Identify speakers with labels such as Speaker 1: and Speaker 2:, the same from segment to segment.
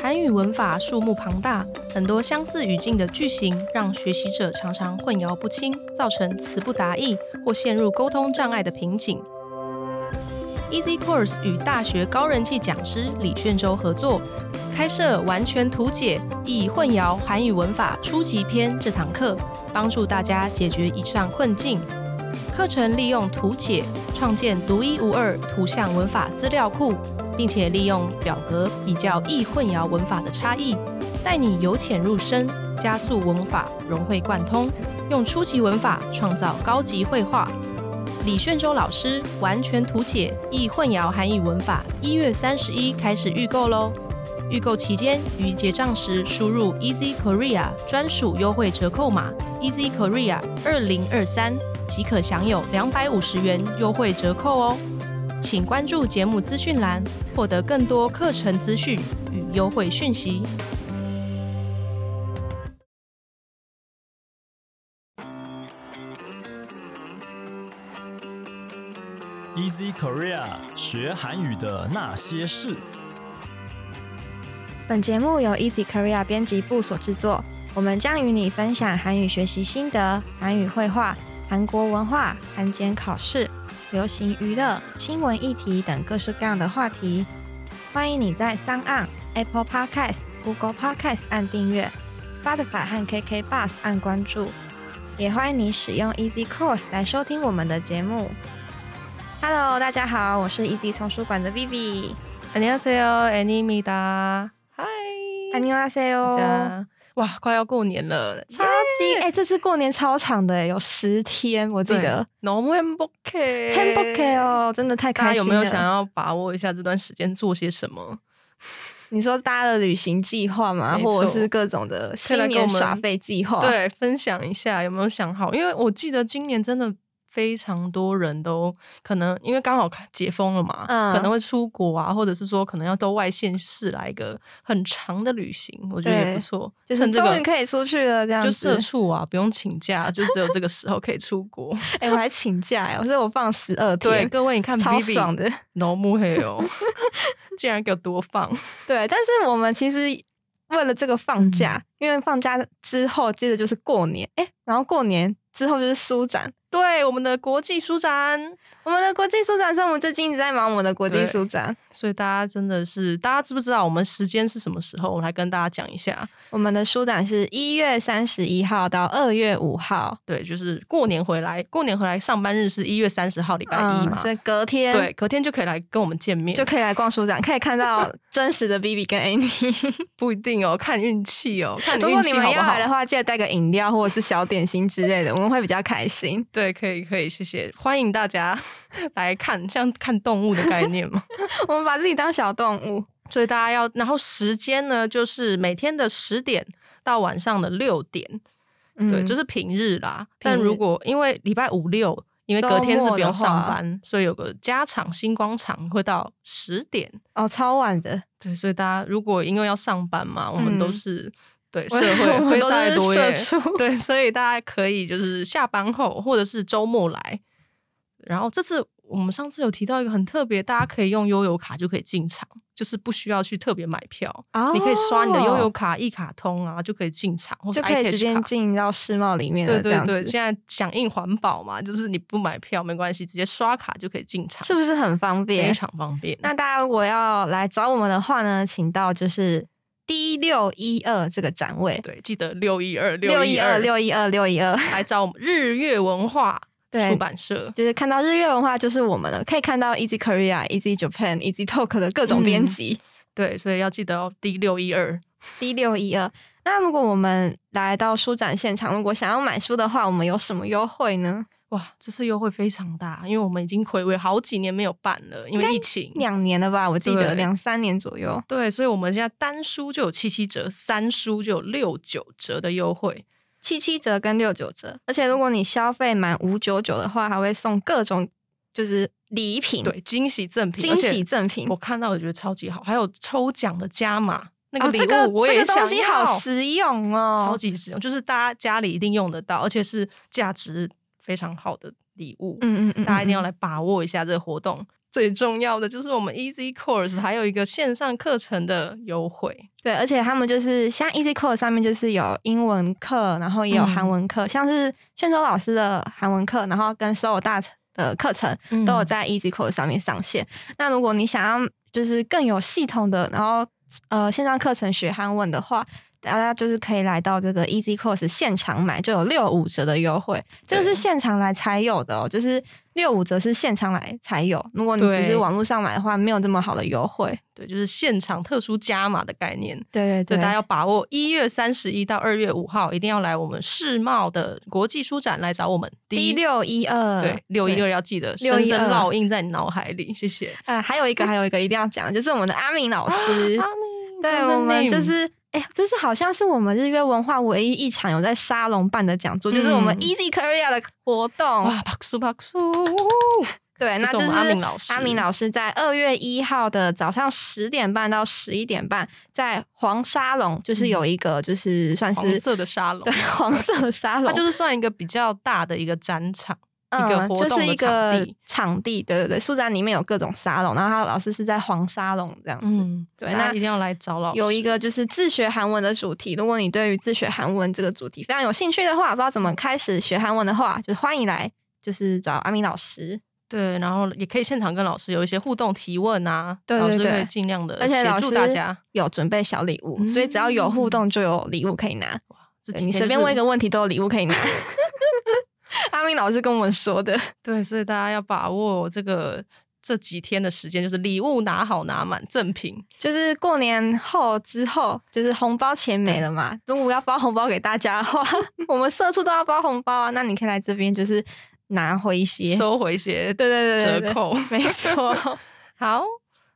Speaker 1: 韩语文法数目庞大，很多相似语境的句型让学习者常常混淆不清，造成词不达意或陷入沟通障碍的瓶颈。Easy Course 与大学高人气讲师李炫洲合作，开设完全图解易混淆韩语文法初级篇这堂课，帮助大家解决以上困境。课程利用图解创建独一无二图像文法资料库，并且利用表格比较易混淆文法的差异，带你由浅入深，加速文法融会贯通，用初级文法创造高级绘画。李炫洲老师完全图解易混淆韩语文法，一月三十一开始预购喽！预购期间于结账时输入 Easy Korea 专属优惠折扣码 Easy Korea 二零二三，即可享有两百五十元优惠折扣哦。请关注节目资讯栏，获得更多课程资讯与优惠讯息。
Speaker 2: Easy Korea 学韩语的那些事。
Speaker 3: 本节目由 Easy Korea 编辑部所制作，我们将与你分享韩语学习心得、韩语绘画、韩国文化、韩检考试、流行娱乐、新闻议题等各式各样的话题。欢迎你在 s o n Apple Podcast、Google Podcast 按订阅，Spotify 和 KK Bus 按关注，也欢迎你使用 Easy Course 来收听我们的节目。Hello，大家好，我是 Easy 丛书馆的 Vivi。
Speaker 1: 안녕하세요 a n i m i 다嗨，
Speaker 3: 안녕하세요
Speaker 1: 大家哇，快要过年了，
Speaker 3: 超级哎、这次过年超长的、有十天，我记得。
Speaker 1: 너무행복해，
Speaker 3: h a m b o k 哦，真的太
Speaker 1: 大
Speaker 3: 开
Speaker 1: 家有
Speaker 3: 心了。
Speaker 1: 没有想要把握一下这段时间做些什么？
Speaker 3: 你说大家的旅行计划嘛，
Speaker 1: 没错
Speaker 3: 或者是各种的新年耍费计划？，
Speaker 1: 对，分享一下有没有想好？因为我记得今年真的非常多人都可能因为刚好解封了嘛，
Speaker 3: 嗯
Speaker 1: 可能会出国啊，或者是说可能要到外县市来一个很长的旅行，我觉得也
Speaker 3: 对
Speaker 1: 不错。
Speaker 3: 就是
Speaker 1: 趁这个
Speaker 3: 终于可以出去了，这样
Speaker 1: 就
Speaker 3: 子
Speaker 1: 社。畜啊，不用请假，就只有这个时候可以出 国。
Speaker 3: 哎、我还请假哎、我说我放十二
Speaker 1: 对
Speaker 3: 天，
Speaker 1: 各位，你看 B
Speaker 3: 超
Speaker 1: B
Speaker 3: 爽的。
Speaker 1: No m o h e 哦，竟然给我多放，
Speaker 3: 对，但是我们其实为了这个放假，
Speaker 1: 嗯
Speaker 3: 因为放假之后接着就是过年，哎、然后过年之后就是书展。
Speaker 1: 对我们的国际书展。
Speaker 3: 我们的国际书展是我们最近一直在忙我们的国际
Speaker 1: 对
Speaker 3: 书展，
Speaker 1: 所以大家真的是，大家知不知道我们时间是什么时候？我们来跟大家讲一下。
Speaker 3: 我们的书展是一月三十一号到二月五号，
Speaker 1: 对，就是过年回来，过年回来上班日是一月三十号，礼拜一
Speaker 3: 嗯，
Speaker 1: 嘛。
Speaker 3: 所以隔天
Speaker 1: 对，隔天就可以来跟我们见面，
Speaker 3: 就可以来逛书展，可以看到 真实的 B B 跟 Annie。
Speaker 1: 不一定哦，看运气哦，看
Speaker 3: 如
Speaker 1: 运
Speaker 3: 果
Speaker 1: 气
Speaker 3: 你
Speaker 1: 好
Speaker 3: 们
Speaker 1: 不
Speaker 3: 要
Speaker 1: 好
Speaker 3: 来的。话，记得带个饮料或者是小点心之类的，我们会比较开心。
Speaker 1: 对，可以，可以，谢谢，欢迎大家 来看，像看动物的概念嘛。
Speaker 3: 我们把自己当小动物，
Speaker 1: 所以大家要，然后时间呢，就是每天的十点到晚上的六点，
Speaker 3: 嗯
Speaker 1: 对，就是平日啦。
Speaker 3: 平
Speaker 1: 但如
Speaker 3: 日
Speaker 1: 果因为礼拜五六，因为隔天是不用上
Speaker 3: 周
Speaker 1: 班，所以有个家常星光场会到十点。
Speaker 3: 哦，超晚的，
Speaker 1: 对，所以大家如果因为要上班嘛，我们都
Speaker 3: 嗯
Speaker 1: 是、 对社
Speaker 3: 我我
Speaker 1: 会
Speaker 3: 们
Speaker 1: 灰
Speaker 3: 都
Speaker 1: 晒
Speaker 3: 是
Speaker 1: 多
Speaker 3: 社
Speaker 1: 耶，
Speaker 3: 畜
Speaker 1: 对，所以大家可以就是下班后或者是周末来。然后这次我们上次有提到一个很特别，大家可以用悠游卡就可以进场，就是不需要去特别买票，你可以刷你的悠游
Speaker 3: 哦，
Speaker 1: 卡、一卡通啊就可以进场，或是
Speaker 3: 就可以
Speaker 1: iCash
Speaker 3: 直接
Speaker 1: 卡
Speaker 3: 进到世贸里面
Speaker 1: 对
Speaker 3: 了，
Speaker 1: 对
Speaker 3: 这样
Speaker 1: 对，
Speaker 3: 子
Speaker 1: 现在响应环保嘛，就是你不买票没关系，直接刷卡就可以进场，
Speaker 3: 是不是很方
Speaker 1: 非
Speaker 3: 便？
Speaker 1: 常方便？
Speaker 3: 那大家如果要来找我们的话呢，请到就是 D 六一二这个展位，
Speaker 1: 对，记得六一二
Speaker 3: 六
Speaker 1: 一
Speaker 3: 一二六一二六一二。
Speaker 1: 来找我们日月文化
Speaker 3: 对
Speaker 1: 出版社。
Speaker 3: 就是看到日月文化就是我们了，可以看到 Easy Korea、Easy Japan、Easy Talk 的各种编辑。
Speaker 1: 对，所以要记得哦，D 六一二。
Speaker 3: D 六一二。那如果我们来到书展现场，如果想要买书的话，我们有什么优惠呢？
Speaker 1: 哇，这次优惠非常大，因为我们已经暌违好几年没有办了，因为疫情。
Speaker 3: 两年了吧，我记
Speaker 1: 对
Speaker 3: 得两三年左右。
Speaker 1: 对，所以我们现在单书就有七七折，三书就有六九折的优惠。
Speaker 3: 七七折跟六九折，而且如果你消费满五九九的话，还会送各种就是礼品，
Speaker 1: 对，惊喜赠品，
Speaker 3: 嗯惊喜赠品
Speaker 1: 品。我看到我觉得超级好，还有抽奖的加码，那个
Speaker 3: 哦，
Speaker 1: 礼
Speaker 3: 这个
Speaker 1: 物我
Speaker 3: 这
Speaker 1: 也
Speaker 3: 个
Speaker 1: 想
Speaker 3: 东
Speaker 1: 要。
Speaker 3: 西好实用哦，
Speaker 1: 超级实用，就是大家家里一定用得到，而且是价值非常好的礼物。
Speaker 3: 嗯，嗯嗯嗯，
Speaker 1: 大家一定要来把握一下这个活动。最重要的就是我们 Easy Course 还有一个线上课程的优惠。
Speaker 3: 对，而且他们就是像 Easy Course 上面就是有英文课，然后也有
Speaker 1: 嗯
Speaker 3: 韩文课，像是炫州老师的韩文课，然后跟 Soul 大的课程
Speaker 1: 嗯
Speaker 3: 都有在 Easy Course 上面上线。那如果你想要就是更有系统的，然后呃线上课程学韩文的话，大家就是可以来到这个 Easy Course 现场买，就有六五折的优惠。这个
Speaker 1: 对
Speaker 3: 是现场来才有的哦，就是六五折是现场来才有。如果你只是
Speaker 1: 对
Speaker 3: 网络上买的话，没有这么好的优惠。
Speaker 1: 对，就是现场特殊加码的概念。
Speaker 3: 对对
Speaker 1: 所
Speaker 3: 对，
Speaker 1: 以大家要把握一月三十一到二月五号，一定要来我们世贸的国际书展来找我们。第
Speaker 3: 一
Speaker 1: 一
Speaker 3: 六一二，
Speaker 1: 对六一二要记得
Speaker 3: 612
Speaker 1: 深深烙印在你脑海里，谢谢。
Speaker 3: 呃，还有一个，还有一个一定要讲，就是我们的阿明老师，
Speaker 1: 啊明
Speaker 3: 对我们就是，哎、这是好像是我们日月文化唯一一场有在沙龙办的讲座，就是我们
Speaker 1: 嗯
Speaker 3: Easy Korea 的活动。
Speaker 1: 哇，박수박수，
Speaker 3: 对，那
Speaker 1: 是
Speaker 3: 就
Speaker 1: 我
Speaker 3: 是
Speaker 1: 们阿明老师，
Speaker 3: 阿明老师在二月一号的早上十点半到十一点半，在黄沙龙，就是有一个就是算
Speaker 1: 嗯黄
Speaker 3: 是
Speaker 1: 色的沙龙
Speaker 3: 对，黄色的沙龙，
Speaker 1: 它就是算一个比较大的一个展场。一个
Speaker 3: 嗯，
Speaker 1: 活
Speaker 3: 就
Speaker 1: 动
Speaker 3: 是
Speaker 1: 的
Speaker 3: 一
Speaker 1: 场
Speaker 3: 个
Speaker 1: 地
Speaker 3: 场地，对对对，书展里面有各种沙龙，然后他老师是在黄沙龙这样子。
Speaker 1: 嗯，
Speaker 3: 对
Speaker 1: 大家
Speaker 3: 那
Speaker 1: 一定要来找老师。
Speaker 3: 有一个就是自学韩文的主题。如果你对于自学韩文这个主题非常有兴趣的话，不知道怎么开始学韩文的话，就是欢迎来，就是找阿明老师。
Speaker 1: 对，然后也可以现场跟老师有一些互动提问啊，
Speaker 3: 对对
Speaker 1: 老师可
Speaker 3: 对
Speaker 1: 以尽量的
Speaker 3: 而且老
Speaker 1: 呃协
Speaker 3: 师
Speaker 1: 助大家。
Speaker 3: 有准备小礼物，
Speaker 1: 嗯
Speaker 3: 所以只要有互动就有礼物可以拿。
Speaker 1: 这
Speaker 3: 对
Speaker 1: 几
Speaker 3: 你
Speaker 1: 天
Speaker 3: 随
Speaker 1: 就
Speaker 3: 便
Speaker 1: 是
Speaker 3: 问一个问题都有礼物可以拿。 阿明老师跟我们说的，
Speaker 1: 对，所以大家要把握这个这几天的时间，就是礼物拿好拿满，赠品
Speaker 3: 就是过年后之后，就是红包钱没了嘛。如果要包红包给大家的话， 我们社畜都要包红包啊。那你可以来这边，就是拿回一些。
Speaker 1: 收回一些
Speaker 3: 对对对对对
Speaker 1: 折扣。
Speaker 3: 没错。
Speaker 1: 好，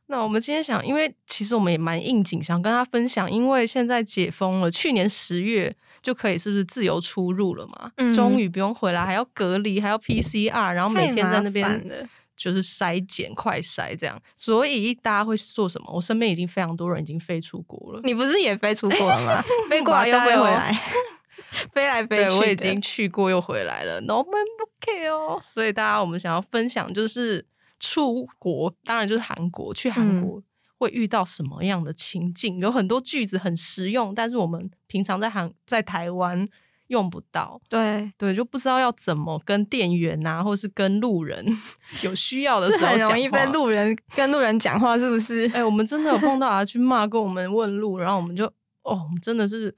Speaker 1: 那我们今天想，因为其实我们也蛮应景，想跟他分享，因为现在解封了，去年十月就可以是不是自由出入了嘛？
Speaker 3: 嗯
Speaker 1: 终于不用回来，还要隔离，还要 PCR，然后每天
Speaker 3: 太
Speaker 1: 在
Speaker 3: 麻
Speaker 1: 那边
Speaker 3: 烦了
Speaker 1: 就是筛检、快筛这样，所以大家会做什么？我身边已经非常多人已经飞出国了。
Speaker 3: 你不是也飞出国了 吗？飞过来又飞回来， 飞来飞去
Speaker 1: 对，
Speaker 3: 的。
Speaker 1: 我已经去过又回来了，No man不 care 哦。所以大家，我们想要分享就是出国，当然就是韩国，去
Speaker 3: 嗯
Speaker 1: 韩国会遇到什么样的情境？有很多句子很实用，但是我们平常在韩在台湾用不到，
Speaker 3: 对，
Speaker 1: 对，就不知道要怎么跟店员啊，或是跟路人 有需要的时
Speaker 3: 是
Speaker 1: 候
Speaker 3: 很
Speaker 1: 讲
Speaker 3: 容易被
Speaker 1: 话。
Speaker 3: 路人跟路人讲话，是不是？
Speaker 1: 哎、我们真的有碰到啊，去骂跟我们问路，然后我们就哦，我们真的是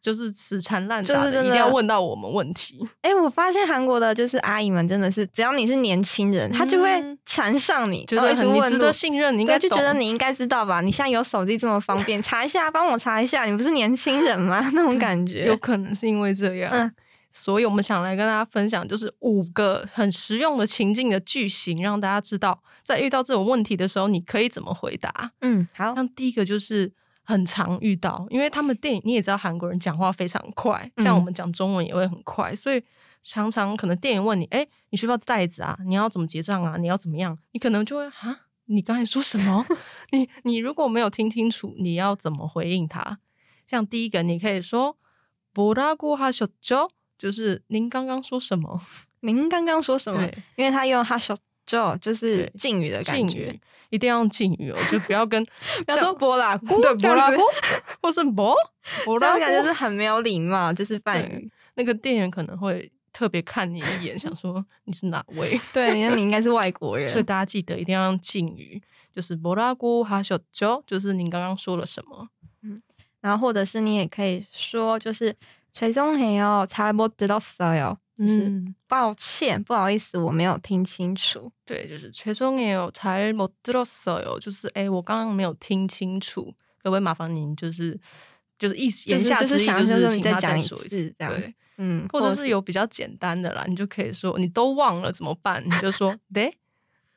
Speaker 1: 就是死缠烂打
Speaker 3: 就是
Speaker 1: 的
Speaker 3: 真
Speaker 1: 一定要
Speaker 3: 的
Speaker 1: 问到我们问题。
Speaker 3: 哎、我发现韩国的就是阿姨们真的是，只要你是年轻人，她就会缠上你，
Speaker 1: 嗯觉
Speaker 3: 然后
Speaker 1: 得
Speaker 3: 一直
Speaker 1: 很你
Speaker 3: 问
Speaker 1: 值
Speaker 3: 路
Speaker 1: 得信任，你应该
Speaker 3: 对就觉得
Speaker 1: 懂
Speaker 3: 你应该知道吧？你现在有手机这么方 便，查一下，帮我查一下，你不是年轻人吗？ 那种感觉，
Speaker 1: 有可能是因为这样。
Speaker 3: 嗯
Speaker 1: 所以我们想来跟大家分享，就是五个很实用的情境的句型，让大家知道在遇到这种问题的时候，你可以怎么回答。
Speaker 3: 嗯，好，
Speaker 1: 像第一个就是很常遇到，因为他们电影你也知道，韩国人讲话非常快，
Speaker 3: 嗯
Speaker 1: 像我们讲中文也会很快，所以常常可能店员问你，哎、你需不需要袋子啊？你要怎么结账啊？你要怎么样？你可能就会啊，你刚才说什么？你你如果没有听清楚，你要怎么回应他？像第一个，你可以说“보라고하셨죠”，就是您刚刚说什么？
Speaker 3: 您刚刚说什么？
Speaker 1: 对，
Speaker 3: 因为她用哈手就就是
Speaker 1: 对
Speaker 3: 敬语的感
Speaker 1: 敬
Speaker 3: 觉
Speaker 1: 语，一定要用敬语哦，就不要跟
Speaker 3: 不要说波拉 姑，
Speaker 1: 对
Speaker 3: 这
Speaker 1: 보라
Speaker 3: 样
Speaker 1: 고
Speaker 3: 子
Speaker 1: 或 是뭐
Speaker 3: 我
Speaker 1: 보라
Speaker 3: 当
Speaker 1: 고
Speaker 3: 时感觉是很没有礼貌，就是半
Speaker 1: 对
Speaker 3: 语。
Speaker 1: 那个店员可能会特别看你一眼，想说你是哪 位。
Speaker 3: 对，你你应该是外国
Speaker 1: 所以
Speaker 3: 人。
Speaker 1: 大家记得一定要用敬语，就是뭐라고하셨죠，就是您刚刚说了什么。
Speaker 3: 然后或者是你也可以说，就是최송해요잘못들었어요，就是
Speaker 1: 嗯，
Speaker 3: 抱歉，不好意思，我没有听清楚。
Speaker 1: 对，就是죄송해요잘못들었어요，就是哎、诶我刚刚没有听清楚，可不可以麻烦您就是就是意思
Speaker 3: 就
Speaker 1: 言
Speaker 3: 是
Speaker 1: 下
Speaker 3: 就
Speaker 1: 之
Speaker 3: 是
Speaker 1: 意
Speaker 3: 想
Speaker 1: 就
Speaker 3: 说
Speaker 1: 是
Speaker 3: 你
Speaker 1: 请
Speaker 3: 再
Speaker 1: 他
Speaker 3: 讲一
Speaker 1: 说一
Speaker 3: 次这样
Speaker 1: 对，
Speaker 3: 嗯，
Speaker 1: 或者是有比较简单的啦，你就可以说你都忘了怎么办，你就说对，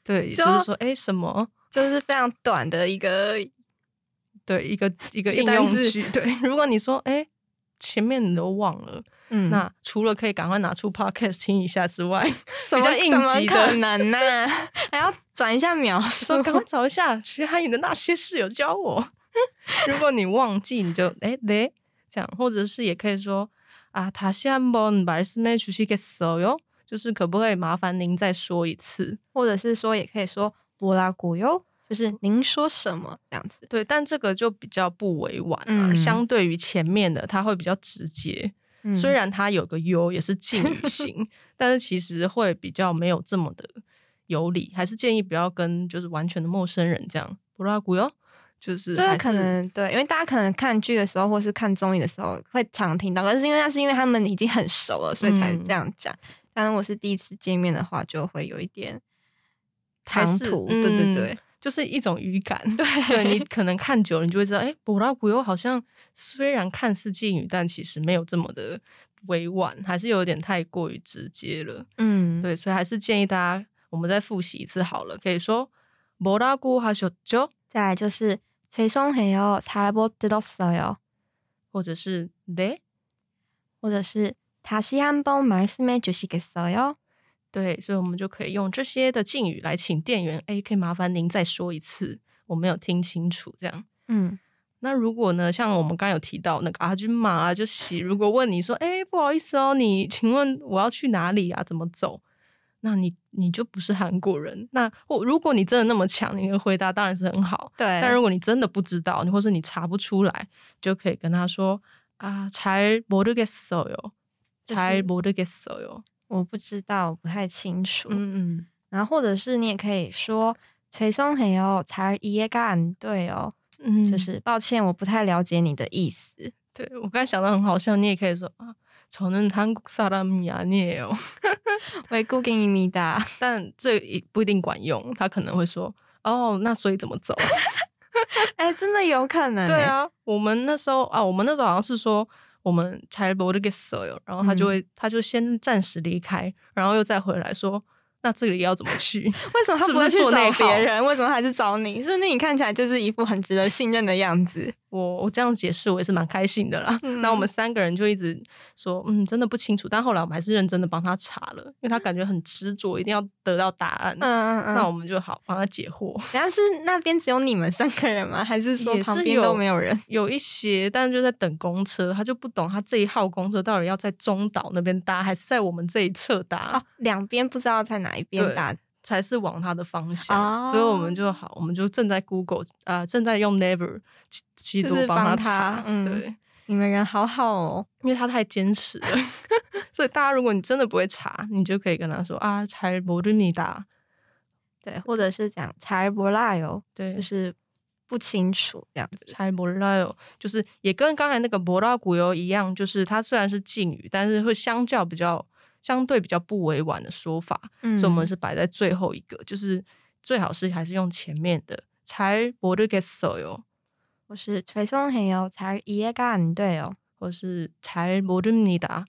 Speaker 1: 对，就
Speaker 3: 就是
Speaker 1: 说哎、诶什么。
Speaker 3: 就是非常短的一个，
Speaker 1: 对一个一个
Speaker 3: 一个
Speaker 1: 应
Speaker 3: 单
Speaker 1: 用
Speaker 3: 字
Speaker 1: 句。对， 如果你说哎、诶前面你都忘了，
Speaker 3: 嗯，
Speaker 1: 那除了可以赶快拿出 podcast 听一下之外，
Speaker 3: 什
Speaker 1: 比
Speaker 3: 么
Speaker 1: 较应急
Speaker 3: 怎么可
Speaker 1: 的，
Speaker 3: 能呢、还要转一下描
Speaker 1: 说
Speaker 3: 述。
Speaker 1: 赶快找一下学韩语的那些室友教我。 如果你忘记，你就哎对、네这样，或者是也可以说啊，다시한번말씀해주시겠어요？就是可不可以麻烦您再说一次？
Speaker 3: 或者是说，也可以说波拉古哟，就是您说什么这样子。
Speaker 1: 对，但这个就比较不委婉啊，
Speaker 3: 嗯
Speaker 1: 相对于前面的，它会比较直接。
Speaker 3: 嗯
Speaker 1: 虽然它有个 “u” 也是敬 语型，但是其实会比较没有这么的有理，还是建议不要跟就是完全的陌生人这样不拉古哟，就是
Speaker 3: 这
Speaker 1: 还
Speaker 3: 个
Speaker 1: 是
Speaker 3: 可能对，因为大家可能看剧的时候或是看综艺的时候会常听到，可是因为那是因为他们已经很熟了，所以才
Speaker 1: 嗯
Speaker 3: 这样讲。但如果是第一次见面的话，就会有一点
Speaker 1: 还
Speaker 3: 唐
Speaker 1: 是
Speaker 3: 突，
Speaker 1: 嗯
Speaker 3: 对对对，
Speaker 1: 就是一种语 感。对，你可能看久了，你就会知道，哎、布拉古尤好像虽然看似敬语，但其实没有这么的委婉，还是有点太过于直接了。
Speaker 3: 嗯，
Speaker 1: 对，所以还是建议大家，我们再复习一次好了，可以说布拉古哈小九，
Speaker 3: 再来就是吹松很有差了波得到手哟，
Speaker 1: 或者是 de。
Speaker 3: 或者是다시한번말씀해주시겠어요？
Speaker 1: 对，所以我们就可以用这些的敬语来请店员，哎，可以麻烦您再说一次，我没有听清楚，这样。
Speaker 3: 嗯，
Speaker 1: 那如果呢，像我们刚刚有提到那个阿军嘛，啊就喜如果问你说，哎、不好意思哦，你请问我要去哪里啊？怎么走？那你你就不是韩国人。那我如果你真的那么强，你的回答当然是很好。
Speaker 3: 对。
Speaker 1: 但如果你真的不知道，你或是你查不出来，就可以跟他说啊，잘모르겠어요，
Speaker 3: 就是
Speaker 1: 잘모르겠어요。
Speaker 3: 我不知道，我不太清楚。
Speaker 1: 嗯嗯，
Speaker 3: 然后或者是你也可以说吹松很有才이해가안对哦，
Speaker 1: 嗯
Speaker 3: 就是抱歉，我不太了解你的意思。
Speaker 1: 对我刚才想到很好笑，你也可以说啊，저는한국사람이아니에요。
Speaker 3: 为顾给你米达，
Speaker 1: 但这也不一定管用，他可能会说：“哦，那所以怎么 走
Speaker 3: 哎，真的有可？”能、欸
Speaker 1: 对，啊，我们那时候啊，我们那时候好像是说我们才博的给舍友，然后
Speaker 3: 嗯
Speaker 1: 他就会、他就先暂时离开，然后又再回来说：“那这里要怎么去
Speaker 3: 为什么他
Speaker 1: 是不
Speaker 3: 会
Speaker 1: 是
Speaker 3: 去
Speaker 1: 做内
Speaker 3: 找
Speaker 1: 耗
Speaker 3: 别人？为什么还是找你？是不是你看起来就是一副很值得信任的样子？？”
Speaker 1: 我我这样解释，我也是蛮开心的啦。
Speaker 3: 嗯
Speaker 1: 那我们三个人就一直说：“嗯，真的不清楚。”但后来我们还是认真的帮他查了，因为他感觉很执着，一定要得到答案。
Speaker 3: 嗯嗯
Speaker 1: 那我
Speaker 3: 嗯。
Speaker 1: 们就好帮他解惑。
Speaker 3: 等下是那边只有你们三个人吗？还是说
Speaker 1: 也
Speaker 3: 旁
Speaker 1: 是
Speaker 3: 边
Speaker 1: 有
Speaker 3: 都没有人？
Speaker 1: 有一些，但是就在等公车，他就不懂他这一号公车到底要在中岛那边搭，还是在我们这一侧搭，
Speaker 3: 哦，两边不知道在哪一边
Speaker 1: 对
Speaker 3: 打。
Speaker 1: 才是往他的方向。
Speaker 3: 哦
Speaker 1: 所以我们就好，我们就正在 Google，呃，正在用 Never 基基督
Speaker 3: 就是
Speaker 1: 帮
Speaker 3: 帮
Speaker 1: 查，
Speaker 3: 他嗯
Speaker 1: 对，
Speaker 3: 你们人好好哦，
Speaker 1: 因为他太坚持了， 所以大家如果你真的不会查，你就可以跟他说啊，才모르니다，
Speaker 3: 对，或者是讲才不哦辣哟，
Speaker 1: 对
Speaker 3: 就，是不清楚这样子。
Speaker 1: 才不赖哦，就是也跟刚才那个博拉古油一样，就是它虽然是敬语，但是会相较比较相对比较不委婉的说法，
Speaker 3: 嗯
Speaker 1: 所以我们是摆在最后一个，就是最好是还是用前面的才博的给手哟，
Speaker 3: 我是吹松很有才一夜干对哦，
Speaker 1: 或是才博的你达，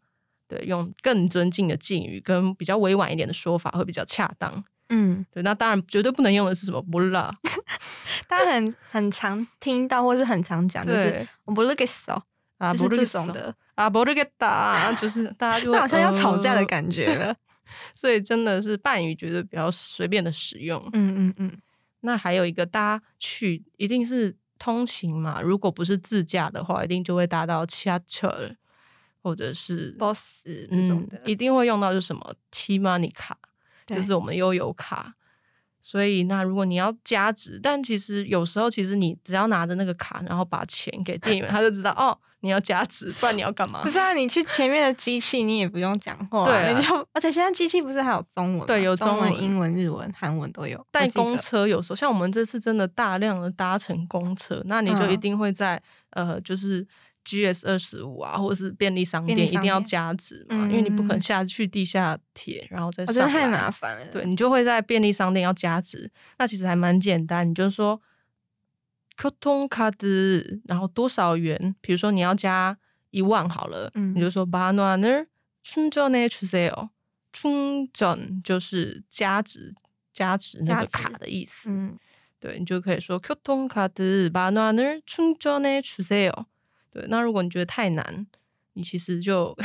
Speaker 1: 对，用更尊敬的敬语跟比较委婉一点的说法会比较恰当。
Speaker 3: 嗯，
Speaker 1: 对，那当然绝对不能用的是什么不啦，
Speaker 3: 大家很很常听到或是很常讲，就是
Speaker 1: 对
Speaker 3: 我不 look at so，
Speaker 1: 啊，
Speaker 3: 就是
Speaker 1: 不
Speaker 3: 这种的，
Speaker 1: 啊，博的给打，就是大 家就
Speaker 3: 这
Speaker 1: 会
Speaker 3: 好像要吵架的
Speaker 1: 呃
Speaker 3: 感觉了。
Speaker 1: 所以真的是伴语绝对不要随便的使用。
Speaker 3: 嗯嗯嗯，
Speaker 1: 那还有一个，大家去一定是通勤嘛，如果不是自驾的话，一定就会搭到 c h a t e r 或者是
Speaker 3: boss 这种的，
Speaker 1: 嗯一定会用到就是什么 T Money 卡，
Speaker 3: 对
Speaker 1: 就是我们悠游卡。所以，那如果你要加值，但其实有时候，其实你只要拿着那个卡，然后把钱给店员，他就知道哦，你要加值，不然你要干嘛
Speaker 3: 不？是啊，你去前面的机器，你也不用讲话啊，
Speaker 1: 对啊
Speaker 3: 你就而且现在机器不是还有中文吗，
Speaker 1: 对有
Speaker 3: 中
Speaker 1: 中文
Speaker 3: 英文、日文、韩文都有。
Speaker 1: 但
Speaker 3: 我记得
Speaker 1: 公车有时候，像我们这次真的大量的搭乘公车，那你就
Speaker 3: 嗯
Speaker 1: 一定会在、呃，就是 GS 二十五啊，或者是便利商
Speaker 3: 便
Speaker 1: 店
Speaker 3: 利
Speaker 1: 一定要
Speaker 3: 商店
Speaker 1: 加值嘛，
Speaker 3: 嗯
Speaker 1: 因为你不肯下去地下铁，然后再
Speaker 3: 我
Speaker 1: 上
Speaker 3: 哦真
Speaker 1: 来，
Speaker 3: 的太麻烦了。
Speaker 1: 对，你就会在便利商店要加值。那其实还蛮简单，你就说 c 通卡的，然后多少元？比如说你要加一万好了，
Speaker 3: 嗯
Speaker 1: 你就说바나를충전해주세요。충전就是加值，加值那
Speaker 3: 加
Speaker 1: 个
Speaker 3: 值
Speaker 1: 卡的意思。
Speaker 3: 嗯，
Speaker 1: 对你就可以说 c 通卡的바나를충전해주세요。对，那如果你觉得太难，你其实 就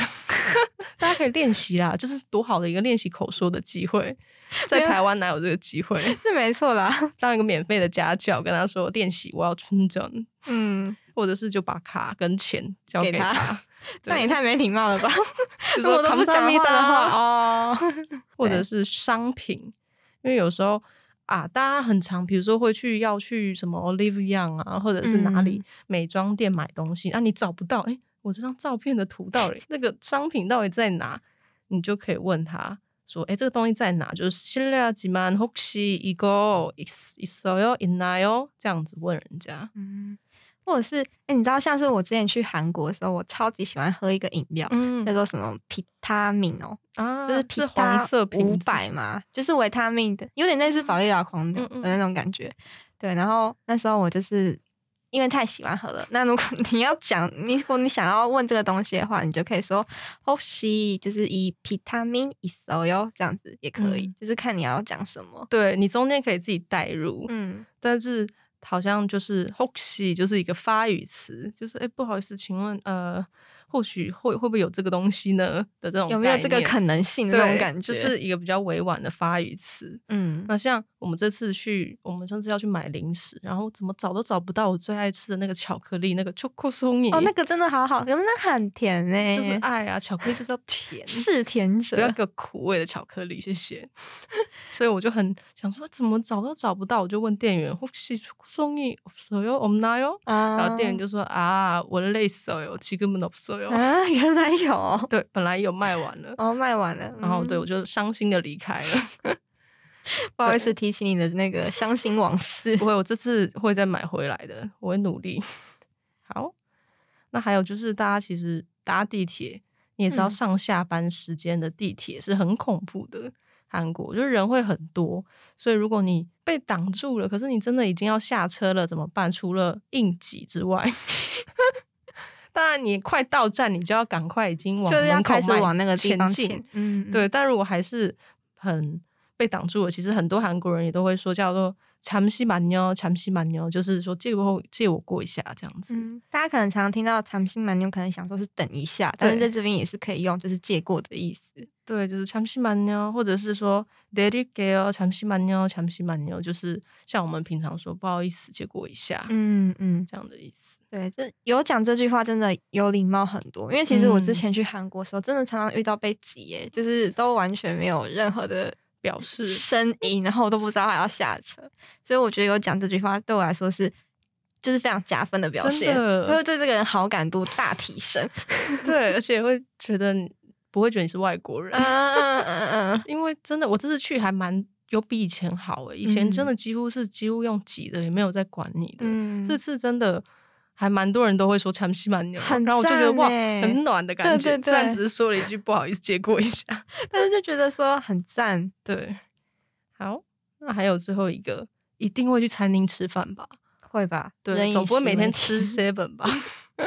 Speaker 1: 大家可以练习啦，就是多好的一个练习口说的机会，在
Speaker 3: 没有
Speaker 1: 台湾哪有这个机 会？
Speaker 3: 是没错啦。
Speaker 1: 当一个免费的家教，跟他说练习，我要春装，
Speaker 3: 嗯，
Speaker 1: 或者是就把卡跟钱交
Speaker 3: 给
Speaker 1: 他，
Speaker 3: 他这
Speaker 1: 对
Speaker 3: 样也太没礼貌了吧？
Speaker 1: 就
Speaker 3: 如
Speaker 1: 说
Speaker 3: 果都不
Speaker 1: 감사합
Speaker 3: 讲啊
Speaker 1: 니
Speaker 3: 话的
Speaker 1: 다
Speaker 3: 话，哦，
Speaker 1: 或者是商品，因为有时候啊，大家很常，比如说会去要去什么 Olive Young 啊，或者是哪里
Speaker 3: 嗯
Speaker 1: 美妆店买东西，啊，你找不到，哎、我这张照片的图到 底那个商品到底在哪？你就可以问他说，哎、这个东西在哪？就是실례하지만혹시이거있있어요있나요？这样子问人家，
Speaker 3: 嗯，或者是哎、你知道，像是我之前去韩国的时候，我超级喜欢喝一个饮料。
Speaker 1: 嗯
Speaker 3: 叫做什么皮他命哦，
Speaker 1: 啊，
Speaker 3: 就是皮
Speaker 1: 是黄色瓶
Speaker 3: 五
Speaker 1: 子
Speaker 3: 百嘛，就是维他命的，有点类似保利达狂的
Speaker 1: 嗯嗯
Speaker 3: 那种感觉。对，然后那时候我就是因为太喜欢喝了，那如果 你要讲，你如果你想要问这个东西的话，你就可以说혹시就是以皮他命一手哟，这样子也可以，
Speaker 1: 嗯
Speaker 3: 就是看你要讲什么。
Speaker 1: 对你中间可以自己代入，
Speaker 3: 嗯，
Speaker 1: 但是好像就是 “hoxi” 就是一个发语词，就是哎、诶不好意思，请问呃，或许会会不会有这个东西呢的这种
Speaker 3: 有没有
Speaker 1: 概
Speaker 3: 这个
Speaker 1: 念
Speaker 3: 可能性的
Speaker 1: 对
Speaker 3: 那种感觉？
Speaker 1: 就是一个比较委婉的发语词。
Speaker 3: 嗯，
Speaker 1: 那像我们这次去，我们上次要去买零食，然后怎么找都找不到我最爱吃的那个巧克力，那个 choco s o n
Speaker 3: 哦，那个真的好好，可是那很甜呢、，
Speaker 1: 就是爱啊，巧克力就是要甜
Speaker 3: 是甜者，
Speaker 1: 不要给我苦味的巧克力，谢谢。 所以我就很想说，怎么找都找不到，我就问店员，혹시송이없어요없나요？然
Speaker 3: 然
Speaker 1: 后店员就说啊，我累死了哟，지금은없어요。
Speaker 3: 啊， 原来有
Speaker 1: 对，本来有卖完了，
Speaker 3: 哦，卖完了。
Speaker 1: 然后对
Speaker 3: 嗯
Speaker 1: 我就伤心的离开了。
Speaker 3: 不好意思提起你的那个伤心往事
Speaker 1: 不。会，我这次会再买回来的，我会努力。 好，那还有就是大家其实搭地铁，你也知道
Speaker 3: 嗯
Speaker 1: 上下班时间的地铁是很恐怖的。韩国就是人会很多，所以如果你被挡住了，可是你真的已经要下车了，怎么办？除了硬挤之外， 当然你快到站，你就要赶快已经往
Speaker 3: 就是要
Speaker 1: 门口
Speaker 3: 开始
Speaker 1: 迈
Speaker 3: 往那个地方
Speaker 1: 前
Speaker 3: 前
Speaker 1: 进。，
Speaker 3: 嗯，
Speaker 1: 对，但如果还是很被挡住了，其实很多韩国人也都会说叫做“잠시만요，잠시만요”，就是说借我借我过一下这样子。
Speaker 3: 嗯，大家可能常常听到“长心蛮妞”，可能想说是等一下，但是
Speaker 1: 对
Speaker 3: 在这边也是可以用，就是借过的意思。
Speaker 1: 对，就是“잠시만요”，或者是说“ 내릴게요，잠시만요，잠시만요”，就是像我们平常说“不好意思，借过一下”
Speaker 3: 嗯嗯，
Speaker 1: 这样的意思。
Speaker 3: 对，这有讲这句话真的有礼貌很多，因为其实我之
Speaker 1: 嗯
Speaker 3: 前去韩国的时候，真的常常遇到被挤耶，就是都完全没有任何的
Speaker 1: 表示
Speaker 3: 声音，然后我都不知道还要下车，所以我觉得有讲这句话对我来说是就是非常加分的表
Speaker 1: 真
Speaker 3: 现，
Speaker 1: 的
Speaker 3: 因为对这个人好感度大提升。
Speaker 1: 对，而且会觉得你不会觉得你是外国人
Speaker 3: 嗯，嗯嗯嗯
Speaker 1: 因为真的我这次去还蛮有比以前好诶、以前真的几乎是几乎用挤的，也没有在管你的。
Speaker 3: 嗯，
Speaker 1: 这次真的还蛮多人都会说长西蛮牛，
Speaker 3: 很
Speaker 1: 然后我就觉得
Speaker 3: 赞
Speaker 1: 哇，
Speaker 3: 欸
Speaker 1: 很暖的感觉。
Speaker 3: 对对对
Speaker 1: 虽然只是说了一句不好意思，接过一下。
Speaker 3: 但是就觉得说很赞。
Speaker 1: 对，好，那还有最后一个，一定会去餐厅吃饭吧？
Speaker 3: 会吧？人
Speaker 1: 对，
Speaker 3: 以
Speaker 1: 总不会
Speaker 3: 食
Speaker 1: 每
Speaker 3: 为
Speaker 1: 天
Speaker 3: 天
Speaker 1: 吃 seven 吧？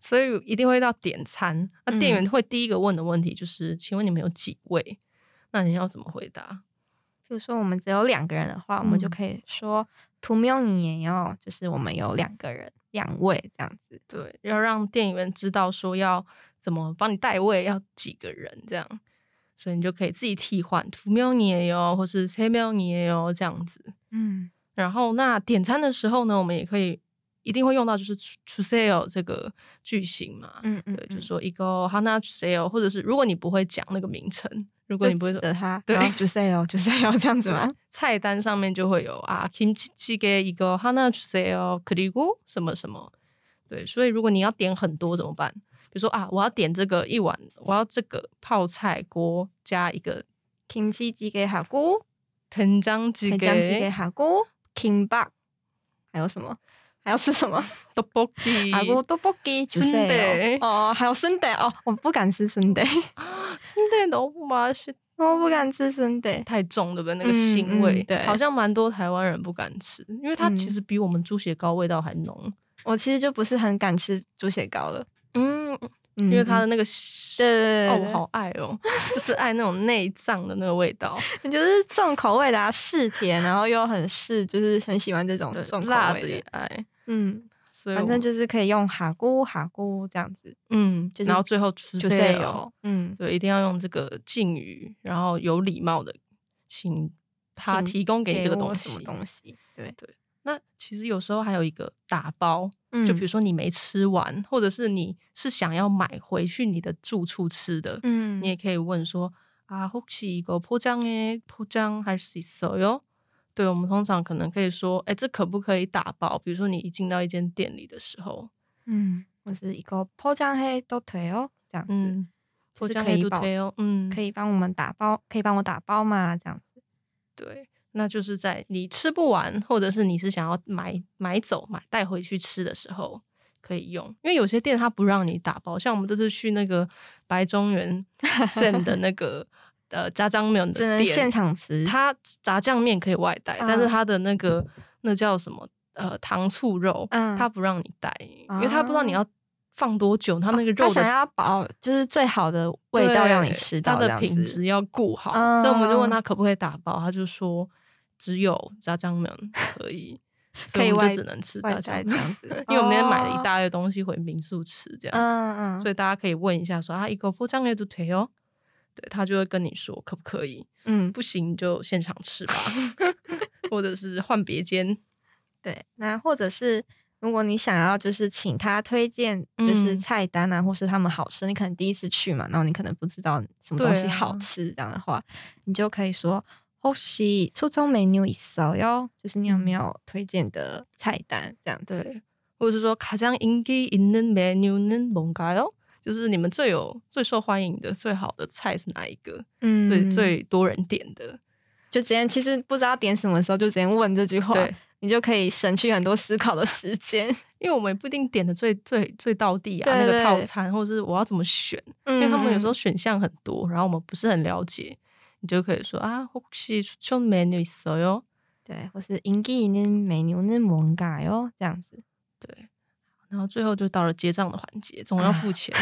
Speaker 1: 所以一定会到点餐，那店
Speaker 3: 嗯
Speaker 1: 员会第一个问的问题就是：请问你们有几位？那你要怎么回答？
Speaker 3: 比如说我们只有两个人的话，我们就
Speaker 1: 嗯
Speaker 3: 可以说“图喵你也要”，就是我们有两个人、两位这样子。
Speaker 1: 对，要让店员知道说要怎么帮你代位，要几个人这样，所以你就可以自己替换，图喵你也有，或是塞喵你也有这样子。
Speaker 3: 嗯，
Speaker 1: 然后那点餐的时候呢，我们也可以一定会用到就是 to sale 这个句型嘛，
Speaker 3: 嗯嗯
Speaker 1: 对，就
Speaker 3: 嗯
Speaker 1: 是说一个 hana to sale，或者是如果你不会讲那个名称，如果
Speaker 3: 就
Speaker 1: 你不会
Speaker 3: 指
Speaker 1: 说
Speaker 3: 着他，
Speaker 1: 对
Speaker 3: 就 say 哦，就 say 哦，这样子吗？
Speaker 1: 菜单上面就会有啊，kimchi jjigae 一个 hana sale krigu 什么什么，对，所以如果你要点很多怎么办？比如说啊，我要点这个一碗，我要这个泡菜锅加一个
Speaker 3: 김치 찌개 하고
Speaker 1: 된장
Speaker 3: 된장찌개
Speaker 1: jjigae
Speaker 3: 하고 김밥 还有什么？还要吃什么？啊，我
Speaker 1: tteokbokki，
Speaker 3: 都不给就
Speaker 1: 순대
Speaker 3: 是哦，还有순대哦，我不敢吃순대
Speaker 1: 순대 너무 맛있
Speaker 3: 我不敢吃순대
Speaker 1: 太重，对不对？那个
Speaker 3: 嗯
Speaker 1: 腥味，
Speaker 3: 嗯对
Speaker 1: 好像蛮多台湾人不敢吃，因为它
Speaker 3: 嗯
Speaker 1: 其实比我们猪血糕味道还浓，
Speaker 3: 我其实就不是很敢吃猪血糕了，
Speaker 1: 嗯，因
Speaker 3: 因
Speaker 1: 为它的那个腥
Speaker 3: 对对对
Speaker 1: 哦，
Speaker 3: 对
Speaker 1: 我好爱哦，就是爱那种内脏的那个味道。
Speaker 3: 你就是重口味的、啊，是甜，然后又很是，就是很喜欢这种
Speaker 1: 对
Speaker 3: 重，口
Speaker 1: 辣的
Speaker 3: 味
Speaker 1: 也
Speaker 3: 的。
Speaker 1: 爱，
Speaker 3: 嗯，
Speaker 1: 所以
Speaker 3: 反
Speaker 1: 我
Speaker 3: 正就是可以用哈咕哈咕这样子，
Speaker 1: 嗯，
Speaker 3: 就是
Speaker 1: 然后最后吃
Speaker 3: 就
Speaker 1: 这
Speaker 3: 是
Speaker 1: 个，哦
Speaker 3: 有嗯
Speaker 1: 对，一定要用这个敬语，然后有礼貌的，请他
Speaker 3: 请
Speaker 1: 提供给你这个
Speaker 3: 我
Speaker 1: 东
Speaker 3: 什
Speaker 1: 西
Speaker 3: 么。东西，对，
Speaker 1: 那其实有时候还有一个打包，
Speaker 3: 嗯
Speaker 1: 就比如说你没吃完，或者是你是想要买回去你的住处吃的，
Speaker 3: 嗯
Speaker 1: 你也可以问说 아, 혹시 이거 포장해 포장할 수 있어요?对，我们通常可能可以说，哎，这可不可以打包？比如说你一进到一间店里的时候，
Speaker 3: 嗯，我是一个破张黑都腿哦，这样子，
Speaker 1: 嗯，
Speaker 3: 就是
Speaker 1: 포장해
Speaker 3: 可以
Speaker 1: 도
Speaker 3: 帮
Speaker 1: 돼요嗯，
Speaker 3: 可
Speaker 1: 以，
Speaker 3: 以帮我们打包，可以帮我打包嘛，这样子。
Speaker 1: 对，那就是在你吃不完，或者是你是想要买买走、买带回去吃的时候可以用，因为有些店它不让你打包，像我们这次去那个白中原 Sam 的那个呃炸酱面
Speaker 3: 只
Speaker 1: 的
Speaker 3: 能
Speaker 1: 店，
Speaker 3: 现场吃，
Speaker 1: 它炸酱面可以外
Speaker 3: 嗯
Speaker 1: 带，但是它的那个那叫什么呃糖醋肉，
Speaker 3: 嗯
Speaker 1: 它不让你带，因为它不知道你要放多久，它那个
Speaker 3: 他
Speaker 1: 肉
Speaker 3: 哦想
Speaker 1: 的
Speaker 3: 要保就是最好的味道让你吃到，
Speaker 1: 它的
Speaker 3: 这样
Speaker 1: 品
Speaker 3: 子
Speaker 1: 质要顾好，
Speaker 3: 嗯。
Speaker 1: 所以我们就问他可不可以打包，他就说只有炸酱面可以
Speaker 3: 可以
Speaker 1: 所我们
Speaker 3: 外
Speaker 1: 就只能吃
Speaker 3: 外
Speaker 1: 炸
Speaker 3: 带
Speaker 1: 酱
Speaker 3: 这
Speaker 1: 面，，
Speaker 3: 样 子
Speaker 1: 因为我们那天买了
Speaker 3: 哦
Speaker 1: 一大堆东西回民宿吃，这样，
Speaker 3: 嗯嗯，
Speaker 1: 所以大家可以问一下说啊，一个포장해도腿哦，对他就会跟你说可不可以，
Speaker 3: 嗯
Speaker 1: 不行就现场吃吧， 或者是换别间。
Speaker 3: 对，那或者是。如果你想要就是请他推荐就是
Speaker 1: 嗯
Speaker 3: 菜单啊，或是他们好吃，你可能第一次去嘛，然后你可能不知道什么
Speaker 1: 对
Speaker 3: 东西
Speaker 1: 啊
Speaker 3: 好吃，这样的话，你就可以说“혹시初中 menu 있어요？”就是你有没有推荐的菜单这样子。
Speaker 1: 嗯对，或者是说가장인기있는 메뉴는 뭔가요？就是你们最有最受欢迎的、最好的菜是哪一个？
Speaker 3: 嗯
Speaker 1: 最最多人点的？
Speaker 3: 就直接其实不知道点什么的时候，就直接问这句话，
Speaker 1: 对，
Speaker 3: 你就可以省去很多思考的时间。
Speaker 1: 因为我们也不一定点的最最最到地啊，
Speaker 3: 对
Speaker 1: 那
Speaker 3: 对嗯
Speaker 1: 个套餐，或者是我要怎么选？
Speaker 3: 因
Speaker 1: 因为他们有时候选项很多，然后我们不是很了解，你就可以说啊，혹시추천메뉴있어요？
Speaker 3: 对，或是인기있는메뉴는뭔가요这样子。
Speaker 1: 对，然后最后就到了结账的环节，总要付钱，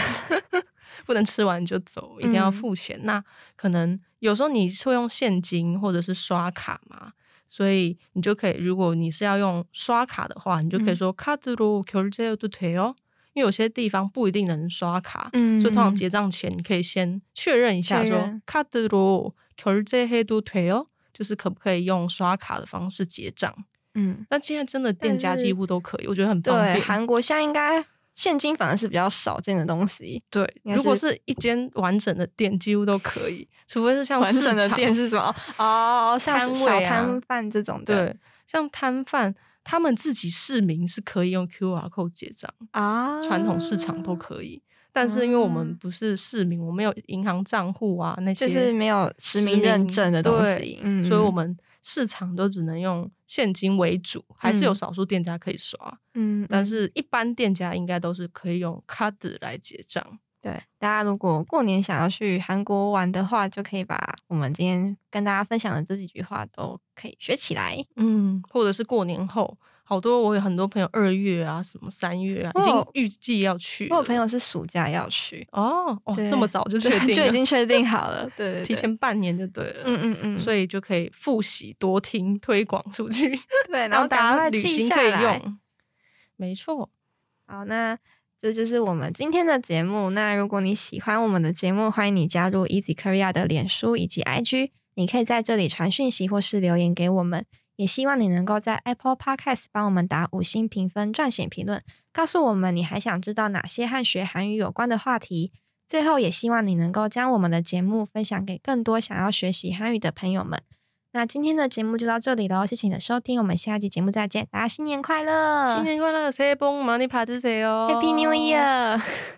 Speaker 1: 不能吃完就走，一定要
Speaker 3: 啊嗯
Speaker 1: 付钱。那可能有时候你是会用现金或者是刷卡嘛，所以你就可以，如果你是要用刷卡的话，你就可以
Speaker 3: 嗯
Speaker 1: 说카드로결제해도돼요，因为有些地方不一定能刷卡，
Speaker 3: 嗯
Speaker 1: 所以通常结账前你可以先确认一下
Speaker 3: 确
Speaker 1: 说
Speaker 3: 认
Speaker 1: 카드로결제해도돼요，就是可不可以用刷卡的方式结账。
Speaker 3: 嗯，
Speaker 1: 但现在真的
Speaker 3: 但
Speaker 1: 店家
Speaker 3: 是
Speaker 1: 几乎都可以，我觉得很方
Speaker 3: 对，
Speaker 1: 便。
Speaker 3: 韩国现在应该现金反而是比较少见的东西。
Speaker 1: 对，
Speaker 3: 你还
Speaker 1: 如果
Speaker 3: 是
Speaker 1: 是一间完整的店，几乎都可以，除非是像
Speaker 3: 完
Speaker 1: 市
Speaker 3: 整的
Speaker 1: 场
Speaker 3: 店是什么？ 哦，像是
Speaker 1: 摊
Speaker 3: 小
Speaker 1: 位啊
Speaker 3: 摊贩这种的。
Speaker 1: 对，像摊贩他们自己市民是可以用 QR code 结账，
Speaker 3: 啊，
Speaker 1: 传统市场都可以。但是因为我们
Speaker 3: 啊
Speaker 1: 不是市民，我们没有银行账户啊那些，
Speaker 3: 就是没有实名认证的东西
Speaker 1: 对
Speaker 3: 嗯
Speaker 1: 所以我们市场都只能用现金为主，还是有
Speaker 3: 嗯
Speaker 1: 少数店家可以刷，
Speaker 3: 嗯，嗯
Speaker 1: 但是一般店家应该都是可以用 card 来结账。
Speaker 3: 对，大家如果过年想要去韩国玩的话，就可以把我们今天跟大家分享的这几句话都可以学起来。
Speaker 1: 嗯，或者是过年后，好多我有很多朋友二月啊，什么三月啊，已经
Speaker 3: 我有
Speaker 1: 预计要去了。
Speaker 3: 我有朋友是暑假要去，
Speaker 1: 哦哦，
Speaker 3: 对
Speaker 1: 这么早就确
Speaker 3: 对
Speaker 1: 定
Speaker 3: 就
Speaker 1: 了
Speaker 3: 已经确定好了，对对对
Speaker 1: 提前半年就对了。
Speaker 3: 嗯嗯嗯，
Speaker 1: 所
Speaker 3: 以
Speaker 1: 以就可以复习、多听、推广出去，
Speaker 3: 对，然
Speaker 1: 让
Speaker 3: 后赶
Speaker 1: 大家
Speaker 3: 快
Speaker 1: 旅
Speaker 3: 记
Speaker 1: 行
Speaker 3: 下
Speaker 1: 可以
Speaker 3: 来。
Speaker 1: 用。没错，
Speaker 3: 好，那这就是我们今天的节目。那如果你喜欢我们的节目，欢迎你加入 Easy Korea 的脸书以及 IG，你可以在这里传讯息或是留言给我们。也希望你能够在 Apple Podcast 帮我们打五星评分、撰写评论，告诉我们你还想知道哪些和学韩语有关的话题。最后，也希望你能够将我们的节目分享给更多想要学习韩语的朋友们。那今天的节目就到这里喽，谢谢你的收听，我们下期节目再见，大家新年快乐，
Speaker 1: 新年快乐，새해복많이받으세요，
Speaker 3: Happy New 嗯 Year！